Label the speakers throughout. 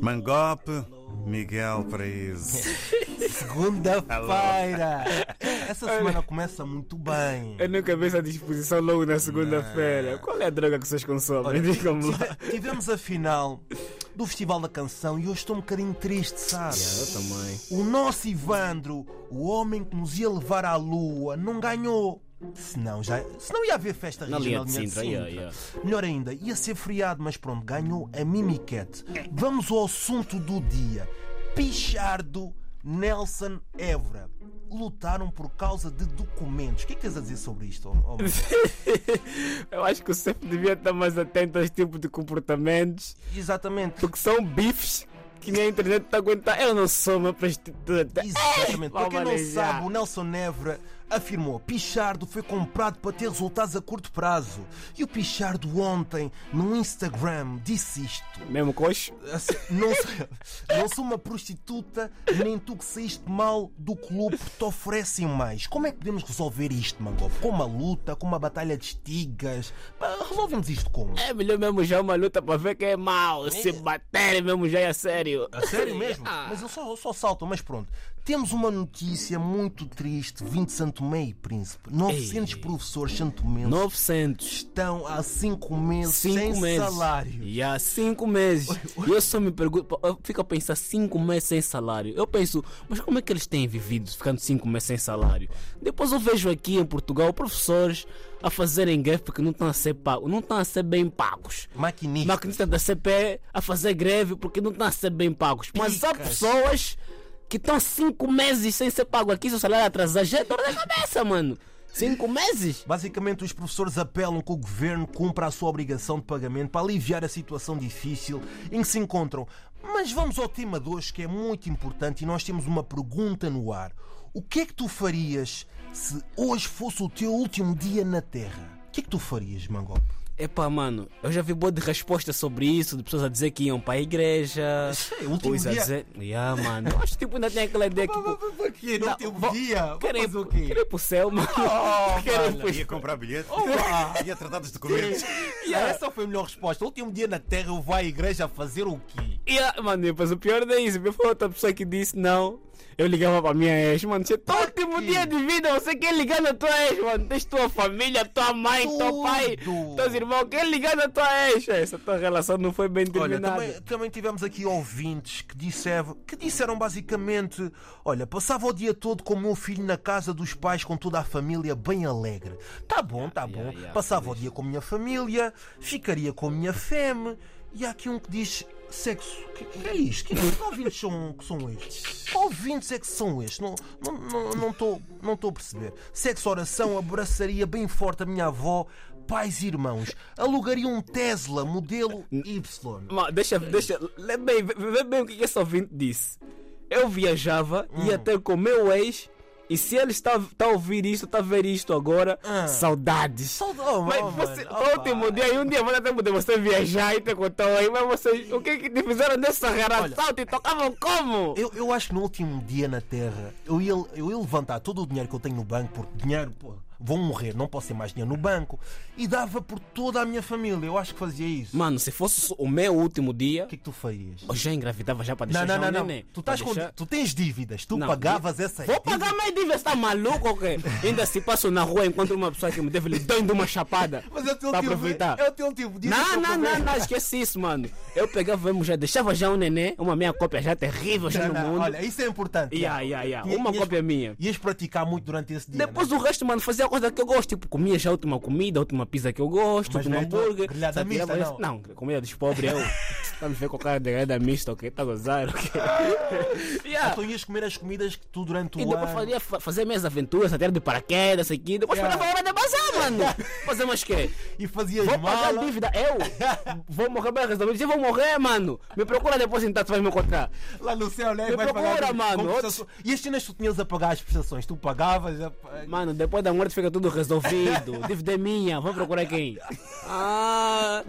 Speaker 1: Mangope, Miguel Paraíso.
Speaker 2: Tá
Speaker 3: Segunda-feira! Essa semana começa muito bem.
Speaker 4: Eu nunca vi essa disposição é logo na segunda-feira. Qual é a droga que vocês consomem? Digam-me lá.
Speaker 3: Tive- Tivemos a final do Festival da Canção e hoje estou um bocadinho triste, sabe?
Speaker 4: Eu também.
Speaker 3: O nosso Ivandro, o homem que nos ia levar à lua, não ganhou. Senão, já, senão ia haver festa
Speaker 2: Na
Speaker 3: regional
Speaker 2: linha de Sintra, yeah,
Speaker 3: Melhor ainda, ia ser feriado, mas pronto, ganhou a Mimiquete. Vamos ao assunto do dia. Pichardo Nelson Évora lutaram por causa de documentos. O que é que tens a dizer sobre isto? homem?
Speaker 4: Eu acho que o CEF devia estar mais atento a este tipo de comportamentos,
Speaker 3: Exatamente.
Speaker 4: porque são bifes que nem a internet está a aguentar. Eu não sou uma prostituta.
Speaker 3: Exatamente. Para quem não
Speaker 4: Vamos
Speaker 3: sabe,
Speaker 4: lá.
Speaker 3: o Nelson Évora afirmou Pichardo foi comprado para ter resultados a curto prazo. E o Pichardo ontem, no Instagram, disse isto.
Speaker 4: Mesmo coxo?
Speaker 3: Assim, Não sou, não sou uma prostituta, nem tu que saíste mal do clube que te oferecem mais. Como é que podemos resolver isto, Mangope? Com uma luta, com uma batalha de estigas? Pá, Resolvemos isto um. como?
Speaker 4: É melhor mesmo já uma luta para ver quem é mau. Se baterem mesmo já é sério.
Speaker 3: A sério mesmo? Ah. Mas eu só, eu só salto, mas pronto. Temos uma notícia muito triste vindo de Santomé e Príncipe. 900 professores santomenses
Speaker 4: 900.
Speaker 3: estão há 5 meses sem
Speaker 4: Cinco meses.
Speaker 3: salário.
Speaker 4: E há cinco meses. E eu só me pergunto, eu fico a pensar cinco meses sem salário. Eu penso, mas como é que eles têm vivido ficando cinco meses sem salário? Depois eu vejo aqui em Portugal professores a fazerem greve porque não estão a ser pagos, não estão a ser bem pagos.
Speaker 3: Maquinista.
Speaker 4: Maquinistas da CPE a fazer greve porque não estão a ser bem pagos. Mas há
Speaker 3: Picas.
Speaker 4: pessoas que estão cinco meses sem ser pago aqui, seu salário atrasado já é dor da cabeça, mano. Cinco meses?
Speaker 3: Basicamente, os professores apelam que o governo cumpra a sua obrigação de pagamento para aliviar a situação difícil em que se encontram. Mas vamos ao tema de hoje que é muito importante e nós temos uma pergunta no ar. O que é que tu farias se hoje fosse o teu último dia na Terra? O que é que tu farias, Mangope?
Speaker 2: Epá, mano, eu já vi boa de resposta sobre isso, de pessoas a dizer que iam para a igreja.
Speaker 3: Sim, é o último
Speaker 2: coisa
Speaker 3: dia.
Speaker 2: a dizer. Yeah, mano. Eu acho que tipo, ainda tem aquela ideia que. Tipo,
Speaker 3: Porquê? No
Speaker 2: teu vou-
Speaker 3: dia?
Speaker 2: querem ir- querem ir pro céu, mano.
Speaker 3: Oh,
Speaker 2: querem ir pro
Speaker 1: Ia comprar bilhete, ia tratar dos documentos.
Speaker 3: Ah, Essa foi a melhor resposta. Último dia na Terra, eu vou à igreja fazer o quê?
Speaker 4: Yeah, mano, e depois o pior não é isso. Foi outra pessoa que disse não. Eu ligava pra minha ex, mano. Você tá último dia de vida, você quer ligar na tua ex, mano. Tens tua família, tua mãe, teu pai,
Speaker 3: Tudo.
Speaker 4: teus irmãos. Quer ligar na tua ex? Essa tua relação não foi bem
Speaker 3: Olha,
Speaker 4: terminada.
Speaker 3: também, também tivemos aqui ouvintes que disseram, que disseram basicamente: Olha, passava o dia todo com o meu filho na casa dos pais, com toda a família bem alegre. Tá bom, tá bom. passava o dia com a minha família, ficaria com a minha feme. E há aqui um que diz: Sexo, que, que é isto? Que, que ouvintes são, que são estes? Que ouvintes é que são estes? Não estou não, não, tô- não tô a perceber. Sexo, oração, abraçaria bem forte a minha avó. Pais e irmãos, alugaria um Tesla modelo Y.
Speaker 4: Mano, deixa, deixa. Lê bem, vê, vê bem o que que esse ouvinte disse. Eu viajava,
Speaker 3: Hum.
Speaker 4: ia ter com o meu ex. E se ele está, está a ouvir isto, está a ver isto agora, saudades.
Speaker 3: Saud- oh,
Speaker 4: mas
Speaker 3: oh,
Speaker 4: você,
Speaker 3: Ah. mano, oh,
Speaker 4: último dia, e um dia vai dar tempo de você viajar e ter contar aí, mas vocês, o que é que te fizeram dessa relação? Te tocavam como?
Speaker 3: Eu, eu acho que no último dia na Terra eu ia, eu ia levantar todo o dinheiro que eu tenho no banco, porque dinheiro, pô, vou morrer, não posso ter mais dinheiro no banco, e dava por toda a minha família. Eu acho que fazia isso.
Speaker 2: Mano, se fosse o meu último dia,
Speaker 3: O que é que tu farias?
Speaker 2: eu já engravidava já para
Speaker 3: Não,
Speaker 2: deixar
Speaker 3: não,
Speaker 2: já
Speaker 3: não,
Speaker 2: um
Speaker 3: não.
Speaker 2: neném.
Speaker 4: né?
Speaker 3: Tu, tá
Speaker 2: Pra
Speaker 3: estás com,
Speaker 2: deixar-
Speaker 3: tu tens dívidas, tu
Speaker 2: Não,
Speaker 3: pagavas essas
Speaker 4: Vou
Speaker 3: dívidas.
Speaker 4: pagar minha dívida, está Tá maluco ou quê? Ainda se passo na rua, encontro uma pessoa que me deve, lhe dando uma chapada.
Speaker 3: Mas é o teu
Speaker 4: pra
Speaker 3: tipo-
Speaker 4: aproveitar.
Speaker 3: É o teu tipo de
Speaker 4: Não, não, não, não, esquece isso, mano. Eu pegava mesmo, já deixava já um neném, uma minha cópia já terrível já no
Speaker 3: Não, não,
Speaker 4: mundo.
Speaker 3: Olha, isso é importante.
Speaker 4: Yeah,
Speaker 3: não.
Speaker 4: yeah, yeah.
Speaker 3: Tinha-
Speaker 4: Uma
Speaker 3: ias-
Speaker 4: cópia minha.
Speaker 3: Ias praticar muito durante esse dia. né?
Speaker 4: Depois o resto, mano, fazia a coisa que eu gosto. Tipo, comia já a última comida, a última pizza que eu gosto, o
Speaker 3: Mas
Speaker 4: último
Speaker 3: não é tua
Speaker 4: hambúrguer.
Speaker 3: grelhada
Speaker 4: sabe,
Speaker 3: mista,
Speaker 4: tirava isso.
Speaker 3: não?
Speaker 4: Não, comida dos pobres eu. Tá me ver com a cara de grelhada mista, ok? Tá a gozar, ok? ah,
Speaker 3: não?
Speaker 4: yeah.
Speaker 3: Então ias comer as comidas que tu durante o
Speaker 4: E depois
Speaker 3: ano.
Speaker 4: fazia, fa- fazia minhas aventuras, até de paraquedas, isso aqui. Depois
Speaker 3: Yeah.
Speaker 4: fazia a hora de bazar, mano. Fazer mais quê?
Speaker 3: E fazias
Speaker 4: Vou pagar
Speaker 3: mala.
Speaker 4: dívida, eu? Vou morrer bem resolvido. Se eu vou morrer, mano, me procura depois então tu vais me encontrar.
Speaker 3: Lá no céu, né?
Speaker 4: Me
Speaker 3: Vai
Speaker 4: procura,
Speaker 3: pagar com-
Speaker 4: mano.
Speaker 3: com prestações. E as cenas que tu tinhas a pagar as prestações, tu pagavas. a-
Speaker 4: Mano, depois da morte fica tudo resolvido. Dívida é minha, vou procurar quem? Ah.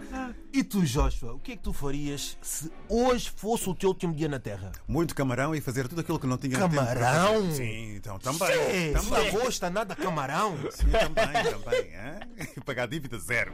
Speaker 3: E tu, Joshua, o que é que tu farias se hoje fosse o teu último dia na Terra?
Speaker 1: Muito camarão e fazer tudo aquilo que não tinha tempo para
Speaker 3: Camarão?
Speaker 1: fazer. Sim, então também.
Speaker 3: Sim,
Speaker 1: também.
Speaker 3: Não gosta nada de camarão.
Speaker 1: é? Sim, também, também. hã? E Pagar dívida zero.